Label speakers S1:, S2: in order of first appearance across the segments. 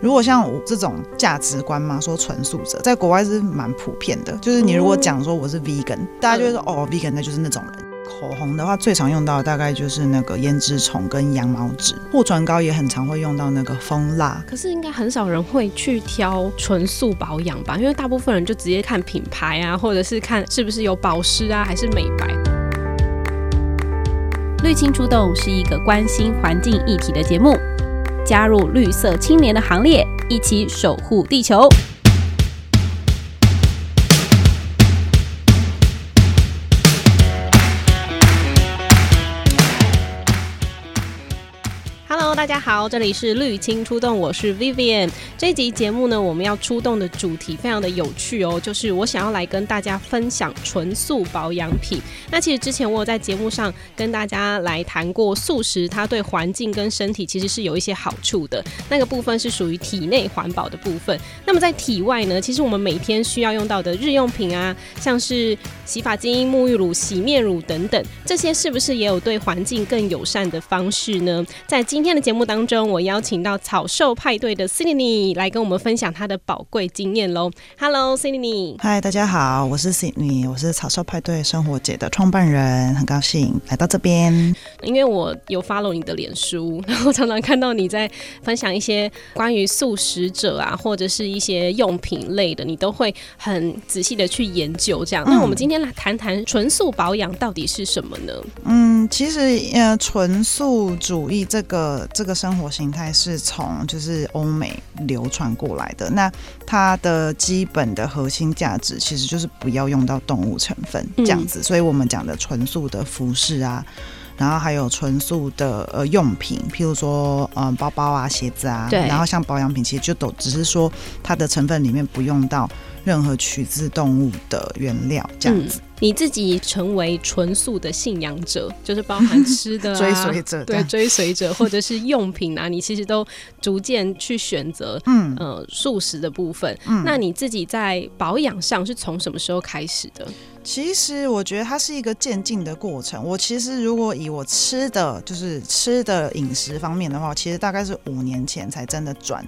S1: 如果像我这种价值观嘛，说纯素者，在国外是蛮普遍的。就是你如果讲说我是 vegan，、大家就会说哦，vegan 那就是那种人。口红的话，最常用到的大概就是那个胭脂虫跟羊毛脂，护唇膏也很常会用到那个蜂蜡。
S2: 可是应该很少人会去挑纯素保养吧，因为大部分人就直接看品牌啊，或者是看是不是有保湿啊，还是美白。
S3: 绿青出动是一个关心环境议题的节目，加入绿色青年的行列，一起守护地球。
S2: Hello，大家好，这里是绿青出动，我是 Vivian。这一集节目呢，我们要出动的主题非常的有趣哦，就是我想要来跟大家分享纯素保养品。那其实之前我有在节目上跟大家来谈过素食，它对环境跟身体其实是有一些好处的。那个部分是属于体内环保的部分。那么在体外呢，其实我们每天需要用到的日用品啊，像是洗发精、沐浴乳、洗面乳等等，这些是不是也有对环境更友善的方式呢？在今天的节目当中，我邀请到草兽派对的 c i n d y 来跟我们分享她的宝贵经验喽。Hello, c i n d y
S1: 嗨，大家好，我是 Sydney，我是草兽派对生活节的创办人，很高兴来到这边。
S2: 因为我有 follow 你的脸书， 然后常常看到你在分享一些关于素食者啊，或者是一些用品类的，你都会很仔细的去研究这样。那
S1: 嗯
S2: 我们今天来谈谈纯素保养到底是什么呢？
S1: 嗯，其实呃，纯素主义这个这个生活形态是从就是欧美流传过来的。那它的基本的核心价值其实就是不要用到动物成分
S2: 嗯
S1: 这样子，所以我们讲的纯素的服饰啊。然后还有纯素的呃用品，譬如说嗯、呃包包啊、鞋子啊，
S2: 对
S1: 然后像保养品，其实就都只是说它的成分里面不用到任何取自动物的原料这样子。
S2: 嗯，你自己成为纯素的信仰者，就是包含吃的、啊、
S1: 追随者这
S2: 对
S1: 样
S2: 追随者，或者是用品啊，你其实都逐渐去选择。
S1: 嗯，
S2: 呃，素食的部分，那你自己在保养上是从什么时候开始的？
S1: 其实我觉得它是一个渐进的过程。我其实如果以我吃的，就是吃的饮食方面的话，我其实大概是五年前才真的转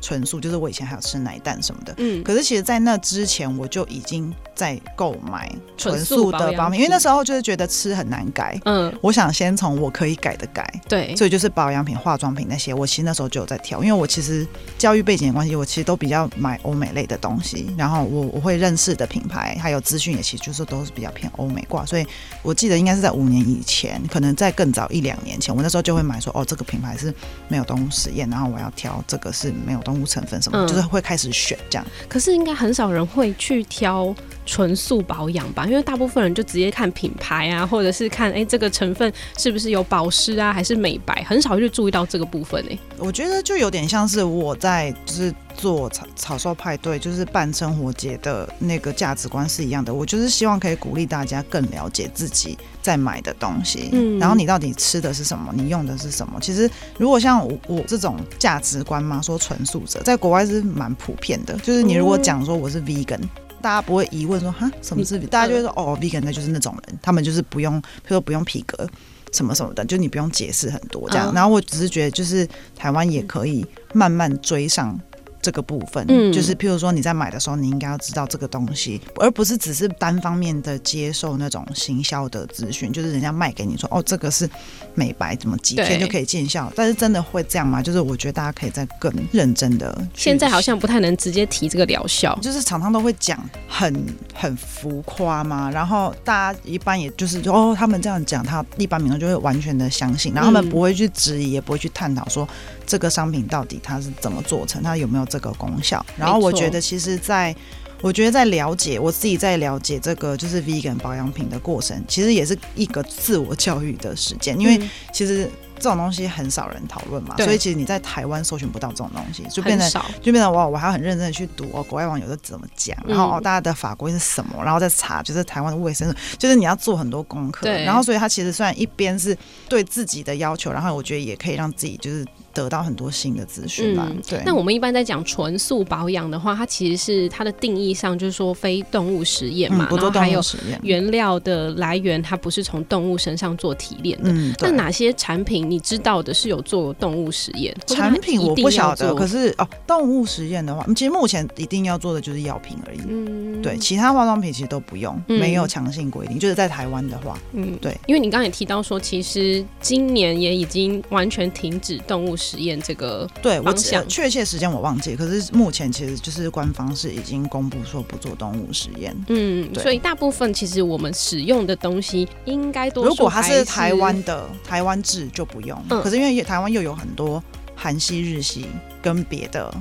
S1: 纯素，就是我以前还有吃奶蛋什么的。
S2: 嗯，
S1: 可是其实，在那之前我就已经在购买
S2: 纯
S1: 纯
S2: 素
S1: 素
S2: 保
S1: 的
S2: 养
S1: 保养品，因为那
S2: 品
S1: 时候就是觉得吃很难改，
S2: 嗯，
S1: 我想先从我可以改的改，
S2: 对，
S1: 所以就是保养品、化妆品那些，我其实那时候就有在挑，因为我其实教育背景的关系，我其实都比较买欧美类的东西，然后我我会认识的品牌还有资讯也其实就是都是比较偏欧美挂，所以我记得应该是在五年以前，可能在更早一两年前，我那时候就会买说哦这个品牌是没有动物实验，然后我要挑这个是没有动物成分什么，
S2: 嗯
S1: 就是会开始选这样。
S2: 可是应该很少人会去挑纯素保养吧，因为大部分人就直接看品牌啊，或者是看哎、这个成分是不是有保湿啊，还是美白，很少去注意到这个部分哎、
S1: 我觉得就有点像是我在就是做草草兽派对，就是办生活节的那个价值观是一样的。我就是希望可以鼓励大家更了解自己在买的东西，
S2: 嗯
S1: 然后你到底吃的是什么，你用的是什么。其实如果像我我这种价值观嘛，说纯素者，在国外是蛮普遍的。就是你如果讲说我是 vegan。大家不会疑问说哈什么是 vegan，大家就会说哦 vegan 那就是那种人，他们就是不用，譬如说不用皮革什么什么的，就你不用解释很多这样。
S2: 嗯
S1: 然后我只是觉得就是台湾也可以慢慢追上这个部分，
S2: 嗯
S1: 就是譬如说你在买的时候，你应该要知道这个东西，而不是只是单方面的接受那种行销的资讯，就是人家卖给你说哦，这个是美白，怎么几
S2: 对
S1: 天就可以见效，但是真的会这样吗？就是我觉得大家可以再更认真的。
S2: 现在好。像不太能直接提这个疗效。
S1: 就是厂商都会讲很很浮夸嘛，然后大家一般也就是说哦，他们这样讲，他一般民众就会完全的相信，然后他
S2: 嗯
S1: 们不会去质疑，也不会去探讨说这个商品到底它是怎么做成，它有没有这个功效。然后
S2: 没错
S1: 我觉得其实在。我觉得在了解我自己，在了解这个就是 vegan 保养品的过程，其实也是一个自我教育的时间，因为
S2: 嗯
S1: 其实这种东西很少人讨论嘛，
S2: 对
S1: 所以其实你在台湾搜寻不到这种东西，就变
S2: 很
S1: 成
S2: 少，
S1: 就变成哇，我还要很认真的去读哦，国外网友都怎么讲，然后、
S2: 嗯
S1: 哦大家的法规是什么，然后再查就是台湾的卫生，就是你要做很多功课。
S2: 对
S1: 然后所以他其实虽然一边是对自己的要求，然后我觉得也可以让自己就是得到很多新的资讯吧。
S2: 嗯
S1: 对，
S2: 那我们一般在讲纯素保养的话，它其实是它的定义上就是说非动物实验嘛，
S1: 嗯不做
S2: 然后还
S1: 动
S2: 有
S1: 物实验。
S2: 原料的来源它不是从动物身上做提炼的。
S1: 嗯，
S2: 那
S1: 对。
S2: 哪些产品你知道的是有做动物实验？或者它
S1: 产品我不晓
S2: 一定
S1: 得，
S2: 要做
S1: 可是哦，动物实验的话，其实目前一定要做的就是药品而已。
S2: 嗯
S1: 对，，其他化妆品其实都不用，
S2: 嗯
S1: 没有强性规定。就是在台湾的话，
S2: 嗯
S1: 对，
S2: 因为你刚才也提到说，其实今年也已经完全停止动物实验这个，
S1: 对我
S2: 方
S1: 只
S2: 向
S1: 确切时间我忘记，可是目前其实就是官方是已经公布说不做动物实验。
S2: 嗯，
S1: 对
S2: 所以大部分其实我们使用的东西应该多数
S1: 如果它
S2: 还是
S1: 是台湾的台湾制就不用，
S2: 嗯
S1: 可是因为台湾又有很多韩系、日系跟别的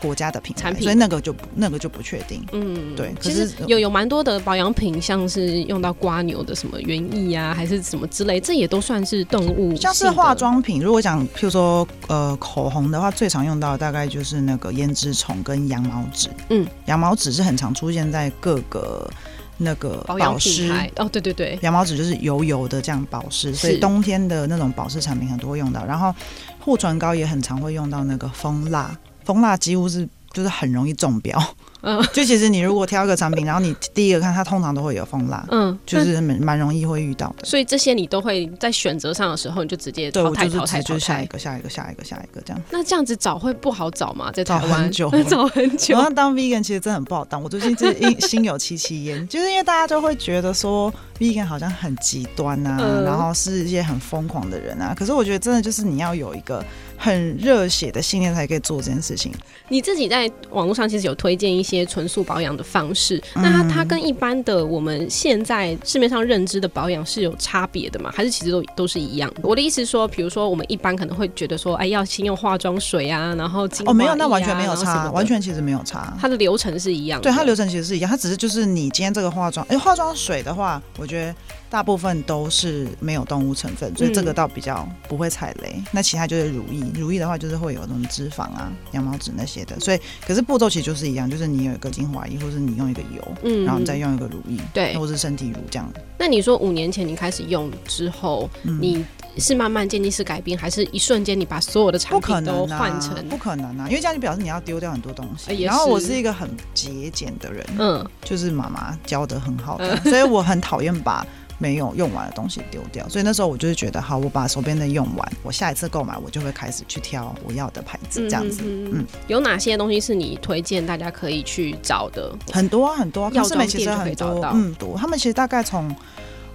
S1: 国家的品牌，
S2: 产品
S1: 所以那个就不那个就不确定。
S2: 嗯，
S1: 对可
S2: 其
S1: 是呃
S2: 实有有蛮多的保养品，像是用到瓜牛的什么园艺啊，还是什么之类，这也都算是动物性的，
S1: 像是化妆品，如果讲譬如说呃口红的话，最常用到的大概就是那个胭脂虫跟羊毛脂。
S2: 嗯，
S1: 羊毛脂是很常出现在各个那个
S2: 保养
S1: 保
S2: 品
S1: 湿。
S2: 牌哦，对对对，
S1: 羊毛脂就是油油的这样保湿，所以
S2: 是
S1: 冬天的那种保湿产品很多会用到。然后护唇膏也很常会用到那个蜂蜡，蜂蜡几乎是就是很容易中标。
S2: 嗯
S1: 就其实你如果挑一个产品，然后你第一个看它通常都会有蜂蜡，
S2: 嗯，
S1: 就
S2: 那。
S1: 是蛮蛮容易会遇到的。
S2: 所以这些你都会在选择上的时候，你就直接
S1: 对，
S2: 淘
S1: 我就
S2: 汰
S1: 是
S2: 淘
S1: 直
S2: 汰
S1: 接就
S2: 淘
S1: 是下一
S2: 汰。
S1: 个下一个下一个下一个这样。
S2: 那这样子找会不好找吗？在
S1: 找
S2: 台湾
S1: 很 久
S2: 找很久
S1: 然。后当 vegan 其实真的很不好当，我最近就是因心有戚戚焉，就是因为大家就会觉得说 vegan 好像很极端啊，
S2: 嗯
S1: 然后是一些很疯狂的人啊。可是我觉得真的就是你要有一个很热血的信念才可以做这件事情。
S2: 你自己在网络上其实有推荐一些纯素保养的方式，
S1: 嗯
S2: 那它它跟一般的我们现在市面上认知的保养是有差别的吗？还是其实都都是一样？我的意思是说，比如说我们一般可能会觉得说，哎，要先用化妆水啊，然后精华
S1: 哦，没有，
S2: 液
S1: 那
S2: 啊
S1: 完全没有
S2: 然后什
S1: 差，
S2: 么的
S1: 完全其实没有差。
S2: 它的流程是一样的。
S1: 对它流程其实是一样，它只是就是你今天这个化妆，哎、化妆水的话，我觉得大部分都是没有动物成分，所以这个
S2: 嗯
S1: 倒比较不会踩雷。那其他就是乳液，乳液的话就是会有那种脂肪啊、羊毛脂那些的，所以可是步骤其实就是一样，就是你有一个精华液，或是你用一个油，
S2: 嗯
S1: 然后你再用一个乳液，
S2: 对
S1: 或是身体乳这样。
S2: 那你说五年前你开始用之后，
S1: 嗯
S2: 你是慢慢渐进式改变，还是一瞬间你把所有的产
S1: 不可
S2: 品都
S1: 能啊，
S2: 换成？
S1: 不可能啊，因为这样就表示你要丢掉很多东西。
S2: 呃也
S1: 然后我
S2: 是
S1: 是一个很节俭的人，
S2: 嗯，
S1: 就是妈妈教的很好的，所以我很讨厌把没有用完的东西丢掉。所以那时候我就是觉得，好，我把手边的用完，我下一次购买我就会开始去挑我要的牌子，这样子。
S2: 嗯
S1: 嗯
S2: 有哪些东西是你推荐大家可以去找的？
S1: 很多啊，很多啊，
S2: 嗯药
S1: 康
S2: 妆
S1: 士美其实很
S2: 店就可以找
S1: 多
S2: 到，
S1: 嗯，多。他们其实大概从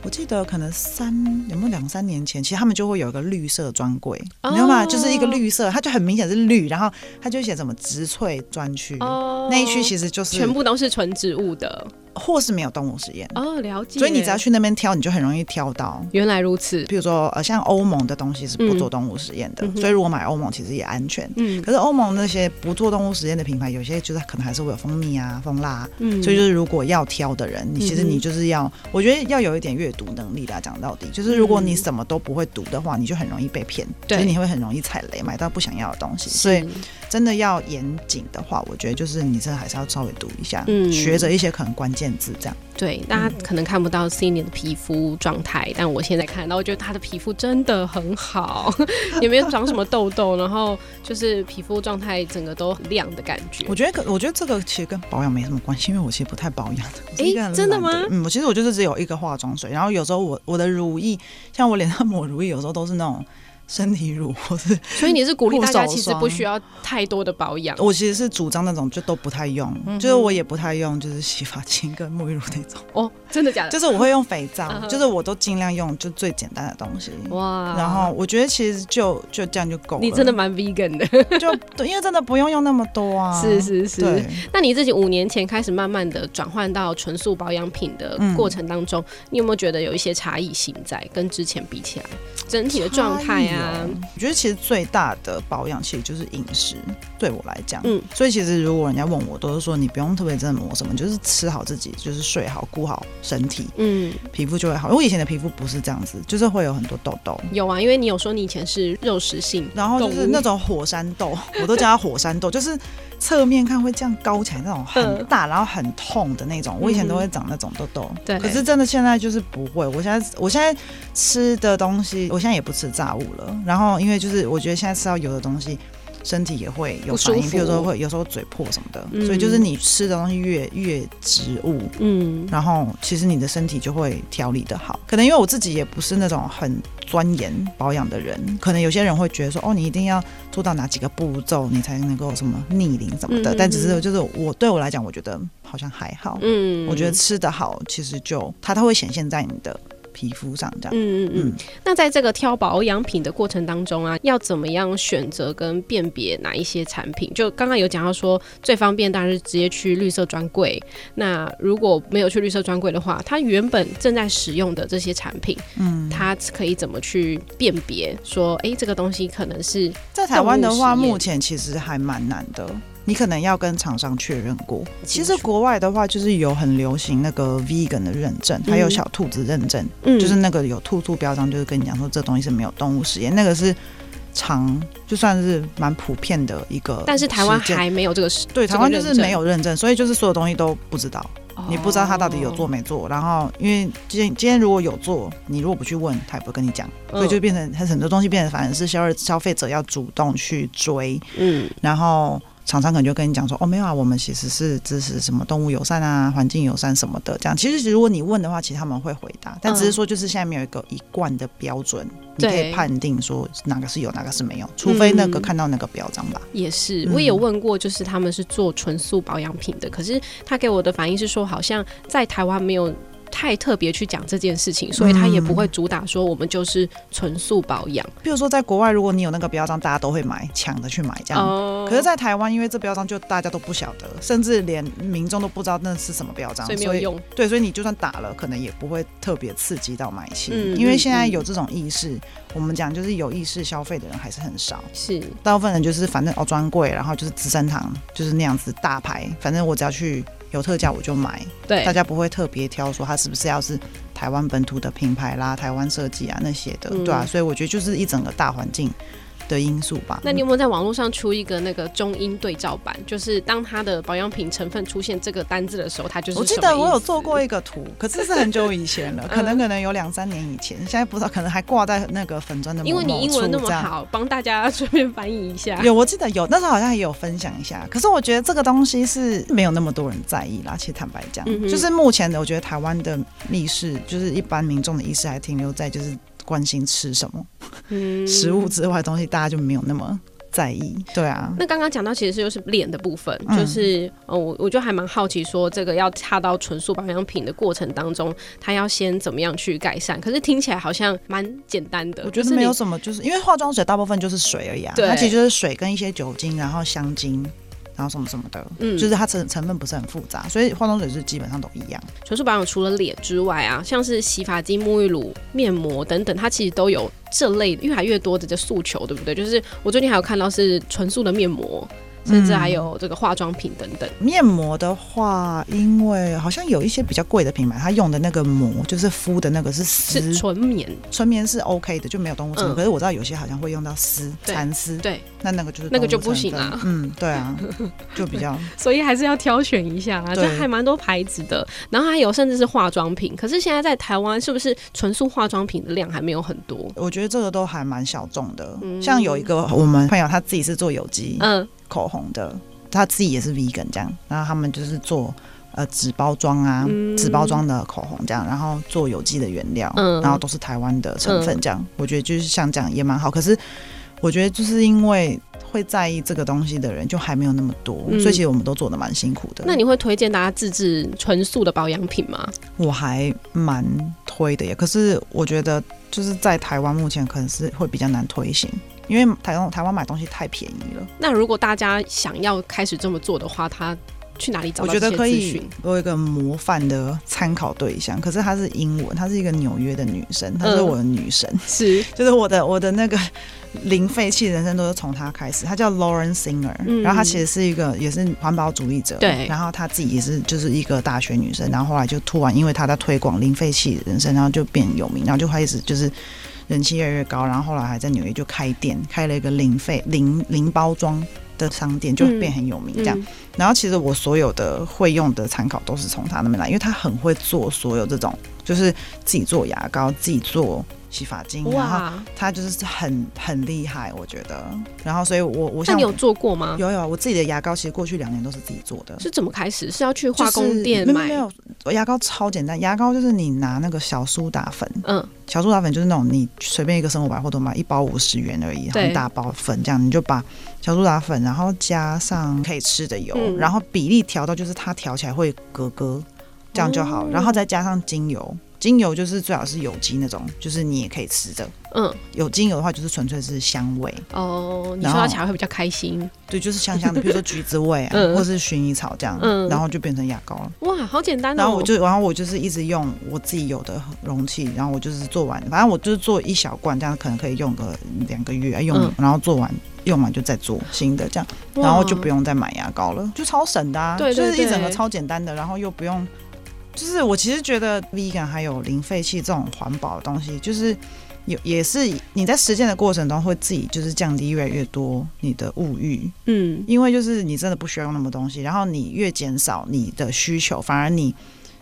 S1: 我记得可能三有没有两三年前，其实他们就会有一个绿色专柜，
S2: 哦
S1: 你知道吗？就是一个绿色，它就很明显是绿，然后它就写什么植萃专区。
S2: 哦
S1: 那一区其实就是
S2: 全，部都是纯植物的
S1: 或是没有动物实验，
S2: 哦，了解。
S1: 所以你只要去那边挑，你就很容易挑到。
S2: 原来如此，
S1: 譬如说，呃，像欧盟的东西是不
S2: 嗯
S1: 做动物实验的，
S2: 嗯哼
S1: 所以如果买欧盟其实也安全。
S2: 嗯
S1: 可是欧盟那些不做动物实验的品牌，有些就是可能还是会有蜂蜜啊、蜂蜡、啊，
S2: 嗯
S1: 所以就是如果要挑的人，你其实
S2: 嗯哼
S1: 你就是要，我觉得要有一点阅读能力啦。讲到底，就是如果你什么都不会读的话，你就很容易被骗，
S2: 嗯对
S1: 就是你会很容易踩雷，买到不想要的东西。所以
S2: 是
S1: 真的要严谨的话，我觉得就是你真的还是要稍微读一下，
S2: 嗯
S1: 学着一些可能关键字这样。
S2: 对大家可能看不到 c i n d y 的皮肤状态，但我现在看到，我觉得她的皮肤真的很 好，也没有长什么痘痘，然后就是皮肤状态整个都很亮的感觉
S1: 我。觉得可，我觉得这个其实跟保养没什么关系，因为我其实不太保养 的。我是一个很
S2: 真的
S1: 懒人
S2: 吗
S1: 嗯，我其实我就是只有一个化妆水，然后有时候我我的乳液，像我脸上抹乳液，有时候都是那种身体乳，或是
S2: 所以你是鼓励大家
S1: 护手
S2: 其实
S1: 霜
S2: 不需要太多的保养，
S1: 我其实是主张那种就都不太用，
S2: 嗯哼
S1: 就是我也不太用，就是洗发精跟沐浴乳那种，
S2: 哦，真的假的？
S1: 就是我会用肥皂，
S2: 嗯哼
S1: 就是我都尽量用就最简单的东西。
S2: 哇，
S1: 然后我觉得其实就就这样就够了，
S2: 你真的蛮 vegan 的，
S1: 就对因为真的不用用那么多啊。
S2: 是是是。
S1: 对，
S2: 那你自己五年前开始慢慢的转换到纯素保养品的
S1: 嗯
S2: 过程当中，你有没有觉得有一些差异性在跟之前比起来，整体的状态啊
S1: 差异？哦我觉得其实最大的保养其实就是饮食，对我来讲，
S2: 嗯
S1: 嗯，所以其实如果人家问我，都是说你不用特别真的磨什么，你就是吃好自己，就是睡好，顾好身体，
S2: 嗯，
S1: 皮肤就会好。因为我以前的皮肤不是这样子，就是会有很多痘痘。
S2: 有啊，因为你有说你以前是肉食性，
S1: 然后就
S2: 动
S1: 是
S2: 物
S1: 那种火山痘，我都叫它火山痘， 就是侧面看会这样高起来那种
S2: 嗯
S1: 很大，然后很痛的那种。我以前都会长那种痘痘，
S2: 对
S1: 可是真的现在就是不会。我现在我现在吃的东西，我现在也不吃炸物了。然后因为就是我觉得现在吃到油的东西。身体也会有
S2: 不舒
S1: 反应，
S2: 服
S1: 比如说会有时候嘴破什么的。
S2: 嗯
S1: 所以就是你吃的东西越越植物，
S2: 嗯
S1: 然后其实你的身体就会调理的好。可能因为我自己也不是那种很钻研保养的人，可能有些人会觉得说，哦，你一定要做到哪几个步骤，你才能够什么逆龄什么的。
S2: 嗯嗯
S1: 但只是就是我对我来讲，我觉得好像还好。
S2: 嗯，
S1: 我觉得吃的好，其实就它它会显现在你的皮肤上，这样。
S2: 嗯嗯嗯。
S1: 嗯
S2: 那在这个挑保养品的过程当中啊，要怎么样选择跟辨别哪一些产品？就刚刚有讲到说，最方便当然是直接去绿色专柜。那如果没有去绿色专柜的话，它原本正在使用的这些产品，
S1: 嗯，
S2: 它可以怎么去辨别？说，诶，这个东西可能是
S1: 在台湾的话，
S2: 动物实验
S1: 目前其实还蛮难的。你可能要跟厂商确认过。其实
S2: 清楚
S1: 国外的话，就是有很流行那个 vegan 的认证，还有小兔子认证，
S2: 嗯
S1: 就是那个有兔兔标章，就是跟你讲说这东西是没有动物实验，那个是常就算是蛮普遍的一个实践。
S2: 但是台湾还没有这个实，
S1: 对
S2: 这
S1: 台
S2: 个
S1: 湾就是
S2: 认证
S1: 没有认证，所以就是所有东西都不知道，你不知道它到底有做
S2: 哦，
S1: 没做。然后因为今天今天如果有做，你如果不去问，他也不会跟你讲，
S2: 哦嗯
S1: 所以就变成它很多东西变成反而是消消费者要主动去追。
S2: 嗯
S1: 然后厂商可能就跟你讲说，哦，没有啊，我们其实是支持什么动物友善啊、环境友善什么的，这样。其实如果你问的话，其实他们会回答，但只是说就是现在没有一个一贯的标准，你可
S2: 对
S1: 以判定说哪个是有，哪个是没有，除非那个
S2: 嗯
S1: 看到那个标章吧。
S2: 也是，
S1: 嗯
S2: 我也有问过，就是他们是做纯素保养品的，可是他给我的反应是说，好像在台湾没有太特别去讲这件事情，所以他也不会主打说我们就是纯素保养。
S1: 比如说在国外，如果你有那个标章，大家都会买，抢着去买这样。
S2: 哦
S1: 嗯可是，在台湾，因为这标章就大家都不晓得，甚至连民众都不知道那是什么标章，
S2: 所以没有用。
S1: 对，嗯所以你就算打了，可能也不会特别刺激到买气，
S2: 嗯
S1: 因为
S2: 嗯
S1: 现在
S2: 嗯
S1: 有这种意识，我们讲就是有意识消费的人还是很少，
S2: 是，
S1: 大部分人就是反正哦专柜，然后就是资生堂，就是那样子大牌，反正我只要去有特价我就买，
S2: 对
S1: 大，家不会特别挑说它是不是要是台湾本土的品牌啦、台湾设计啊那些的，对啊，
S2: 嗯
S1: 所以我觉得就是一整个大环境的因素吧。
S2: 那你有没有在网络上出一个那个中英对照版？就是当它的保养品成分出现这个单字的时候，它就是
S1: 我记
S2: 什
S1: 得
S2: 么意
S1: 我有
S2: 思嗯
S1: 做过一个图，可是是很久以前了，可能可能有两三年以前，现在不知道，可能还挂在那个粉砖的某
S2: 因为你
S1: 某
S2: 英文
S1: 处
S2: 那么
S1: 这样
S2: 好，啊帮大家 顺便翻译一下。
S1: 有，我记得有，那时候好像也有分享一下。可是我觉得这个东西是没有那么多人在意啦。其实坦白讲，
S2: 嗯哼
S1: 就是目前的，我觉得台湾的意识，就是一般民众的意识还停留在就是关心吃什么，
S2: 嗯
S1: 食物之外的东西，大家就没有那么在意。对啊，
S2: 那刚刚讲到其实就是脸的部分，
S1: 嗯
S2: 就是呃，我我就还蛮好奇说，这个要踏到纯素保养品的过程当中，它要先怎么样去改善？可是听起来好像蛮简单的，
S1: 我觉得
S2: 就是
S1: 没有
S2: 你
S1: 什么，就是因为化妆水大部分就是水而已啊，
S2: 对
S1: 它其实就是水跟一些酒精，然后香精。然后什么什么的，
S2: 嗯
S1: 就是它成成分不是很复杂，所以化妆水是基本上都一样。
S2: 纯素保养除了脸之外啊，像是洗发精、沐浴乳、面膜等等，它其实都有这类越来越多的这诉求，对不对？就是我最近还有看到是纯素的面膜，甚至还嗯有这个化妆品等等。
S1: 面膜的话，因为好像有一些比较贵的品牌，它用的那个膜就是敷的那个是
S2: 是
S1: 丝，
S2: 纯棉，
S1: 纯棉是 OK 的，就没有动物成分。
S2: 嗯
S1: 可是我知道有些好像会用到丝
S2: 对
S1: 蚕丝，
S2: 对，
S1: 那那个就是
S2: 那个就
S1: 动物成
S2: 不行
S1: 分
S2: 啊
S1: 嗯，对 啊，就比较
S2: 所以还是要挑选一下啊，就
S1: 对
S2: 还蛮多牌子的。然后还有甚至是化妆品，可是现在在台湾是不是纯素化妆品的量还没有很多？
S1: 我觉得这个都还蛮小众的。
S2: 嗯
S1: 像有一个我们朋友他自己是做有机
S2: 嗯，
S1: 口红的，他自己也是 vegan 这样，然后他们就是做。呃，纸包装啊，
S2: 嗯
S1: 纸包装的口红这样，然后做有机的原料，
S2: 嗯
S1: 然后都是台湾的成分这样，我觉得就是像这样也蛮好。可是我觉得就是因为会在意这个东西的人就还没有那么多，
S2: 嗯
S1: 所以其实我们都做的蛮辛苦的。
S2: 那你会推荐大家自制纯素的保养品吗？
S1: 我还蛮推的耶，可是我觉得就是在台湾目前可能是会比较难推行，因为台湾台湾买东西太便宜了。
S2: 那如果大家想要开始这么做的话，他去哪里找
S1: 我
S2: 到
S1: 觉
S2: 这
S1: 得
S2: 些
S1: 可
S2: 资
S1: 以
S2: 讯？
S1: 有一个模范的参考对象，可是她是英文，她是一个纽约的女生，她是
S2: 嗯
S1: 我的女神，
S2: 是，
S1: 就是我的我的那个零废弃人生都是从她开始。她叫 Lauren Singer，、
S2: 嗯
S1: 然后她其实是一个也是环保主义者，
S2: 对
S1: 然后她自己也是就是一个大学女生，然后后来就突然因为她在推广零废弃人生，然后就变有名，然后就开始就是。人气越来越高，然后后来还在纽约就开店，开了一个零废零零包装的商店，就
S2: 嗯
S1: 变很有名这样。
S2: 嗯
S1: 然后其实我所有的会用的参考都是从他那边来，因为他很会做所有这种，就是自己做牙膏、自己做洗发精，然后
S2: 哇，
S1: 它就是很很厉害，我觉得。然后所以我，我
S2: 那
S1: 像
S2: 你有
S1: 我
S2: 做过吗？
S1: 有有啊，我自己的牙膏其实过去两年都是自己做的。
S2: 是怎么开始？是要去
S1: 就
S2: 化工
S1: 是
S2: 店
S1: 没有
S2: 买？
S1: 没有，我牙膏超简单，牙膏就是你拿那个小苏打粉，
S2: 嗯，
S1: 小苏打粉就是那种你随便一个生活百货都买一包五十元而已，
S2: 对
S1: 很大包粉这样，你就把小苏打粉，然后加上可以吃的油，
S2: 嗯
S1: 然后比例调到就是它调起来会咯咯，这样就好，
S2: 哦
S1: 然后再加上精油，精油就是最好是有机那种，就是你也可以吃的。
S2: 嗯，
S1: 有精油的话就是纯粹是香味，
S2: 哦，你
S1: 然
S2: 说
S1: 后
S2: 到起来会比较开心。
S1: 对，就是香 香的，比如说橘子味啊，
S2: 嗯
S1: 或是薰衣草这样，
S2: 嗯
S1: 然后就变成牙膏了。
S2: 哇，好简单哦！
S1: 然后我就，然后我就是一直用我自己有的容器，然后我就是做完，反正我就是做一小罐，这样可能可以用个两个月，哎用、
S2: 嗯
S1: 然后做完用完就再做新的这样，
S2: 哇
S1: 然后就不用再买牙膏了，就超省的啊，
S2: 对对
S1: 就是一整个
S2: 对
S1: 超简单的，然后又不用，就是我其实觉得 vegan 还有零废弃这种环保的东西，就是。有也是你在实践的过程中，会自己就是降低越来越多你的物欲，
S2: 嗯，
S1: 因为就是你真的不需要用那么多东西，然后你越减少你的需求，反而你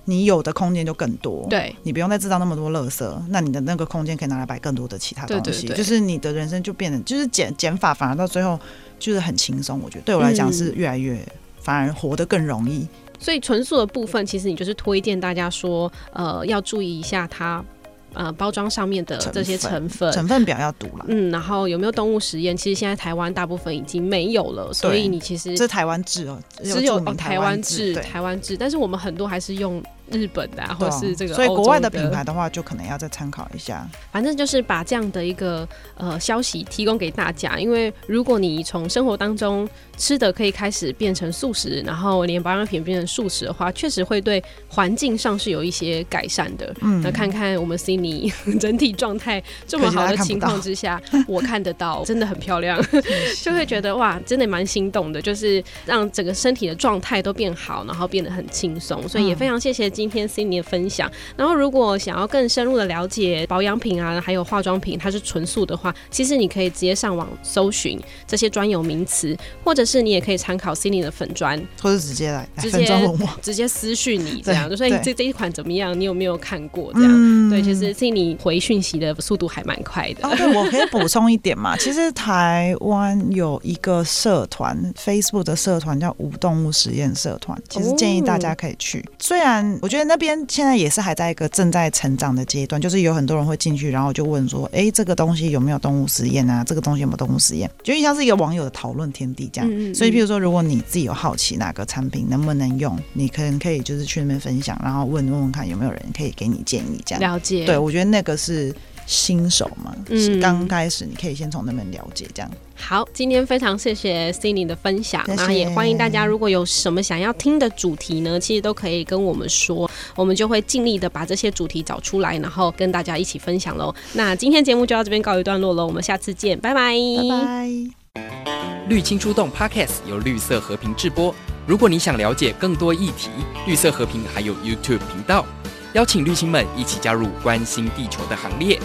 S1: 你有的空间就更多。。
S2: 对，
S1: 你不用再制造那么多垃圾，那你的那个空间可以拿来摆更多的其他东西，
S2: 对对对
S1: 就是你的人生就变得就是减减法，反而到最后就是很轻松。我觉得对我来讲
S2: 嗯
S1: 是越来越，反而活得更容易。
S2: 所以纯素的部分，其实你就是推荐大家说，呃，要注意一下它，呃，包装上面的
S1: 成
S2: 这些
S1: 分
S2: 成分。
S1: 成分表要读了，
S2: 嗯，然后有没有动物实验？其实现在台湾大部分已经没有了，所以你其实
S1: 这是台湾制哦，
S2: 只有
S1: 著名
S2: 哦
S1: 台
S2: 湾
S1: 制，对。
S2: 台湾制，但是我们很多还是用日本的、啊，或
S1: 对
S2: 者
S1: 啊
S2: 是这个
S1: 所以
S2: 欧
S1: 国外
S2: 洲的
S1: 的品牌，的话，就可能要再参考一 下。
S2: 反正就是把这样的一个呃消息提供给大家。因为如果你从生活当中吃的可以开始变成素食，然后连保养品变成素食的话，确实会对环境上是有一些改善的。
S1: 嗯，
S2: 那看看我们 c i n y 整体状态这么
S1: 可惜
S2: 好
S1: 大家
S2: 的
S1: 看不
S2: 情
S1: 到
S2: 况之下，我看得到，真的很漂亮。就会觉
S1: 得
S2: 得哇，真的蛮心动的，就是让整个身体的状态都变好，然后变得很轻松，所以也非常谢谢今天 Cindy 的分享。然后如果想要更深入的了解保养品啊，还有化妆品它是纯素的话，其实你可以直接上网搜寻这些专有名词，或者是你也可以参考 Cindy 的粉砖，
S1: 或者直接来来
S2: 直
S1: 分
S2: 接
S1: 装问我，
S2: 直接私讯你这样，就
S1: 对
S2: 说哎你
S1: 对
S2: 这这一款怎么样，你有没有看过这样。
S1: 嗯
S2: 对，其实 Cindy 回讯息的速度还蛮快的。
S1: 哦，对，我可以补充一点 嘛。其实台湾有一个社团，Facebook 的社团叫无动物实验社团，其
S2: 哦
S1: 实建议大家可以去。虽然我觉得那边现在也是还在一个正在成长的阶段，就是有很多人会进去，然后就问说，哎，这个东西有没有动物实验啊？这个东西有没有动物实验？就像是一个网友的讨论天地这样。
S2: 嗯嗯嗯
S1: 所以，譬如说，如果你自己有好奇哪个产品能不能用，你可能可以就是去那边分享，然后问问问看有没有人可以给你建议这样。
S2: 了解，
S1: 对，我觉得那个是新手嘛，
S2: 嗯
S1: 是刚开始你可以先从那边了解这样。
S2: 好，今天非常谢谢 Cindy 的分享，
S1: 谢谢
S2: 那也欢迎大家如果有什么想要听的主题呢，其实都可以跟我们说，我们就会尽力的把这些主题找出来，然后跟大家一起分享喽。那今天节目就到这边告一段落喽，我们下次见，拜拜，
S1: 拜拜。
S4: 绿青出动 Podcast 由绿色和平制播。如果你想了解更多议题，绿色和平还有 YouTube 频道，邀请绿青们一起加入关心地球的行列。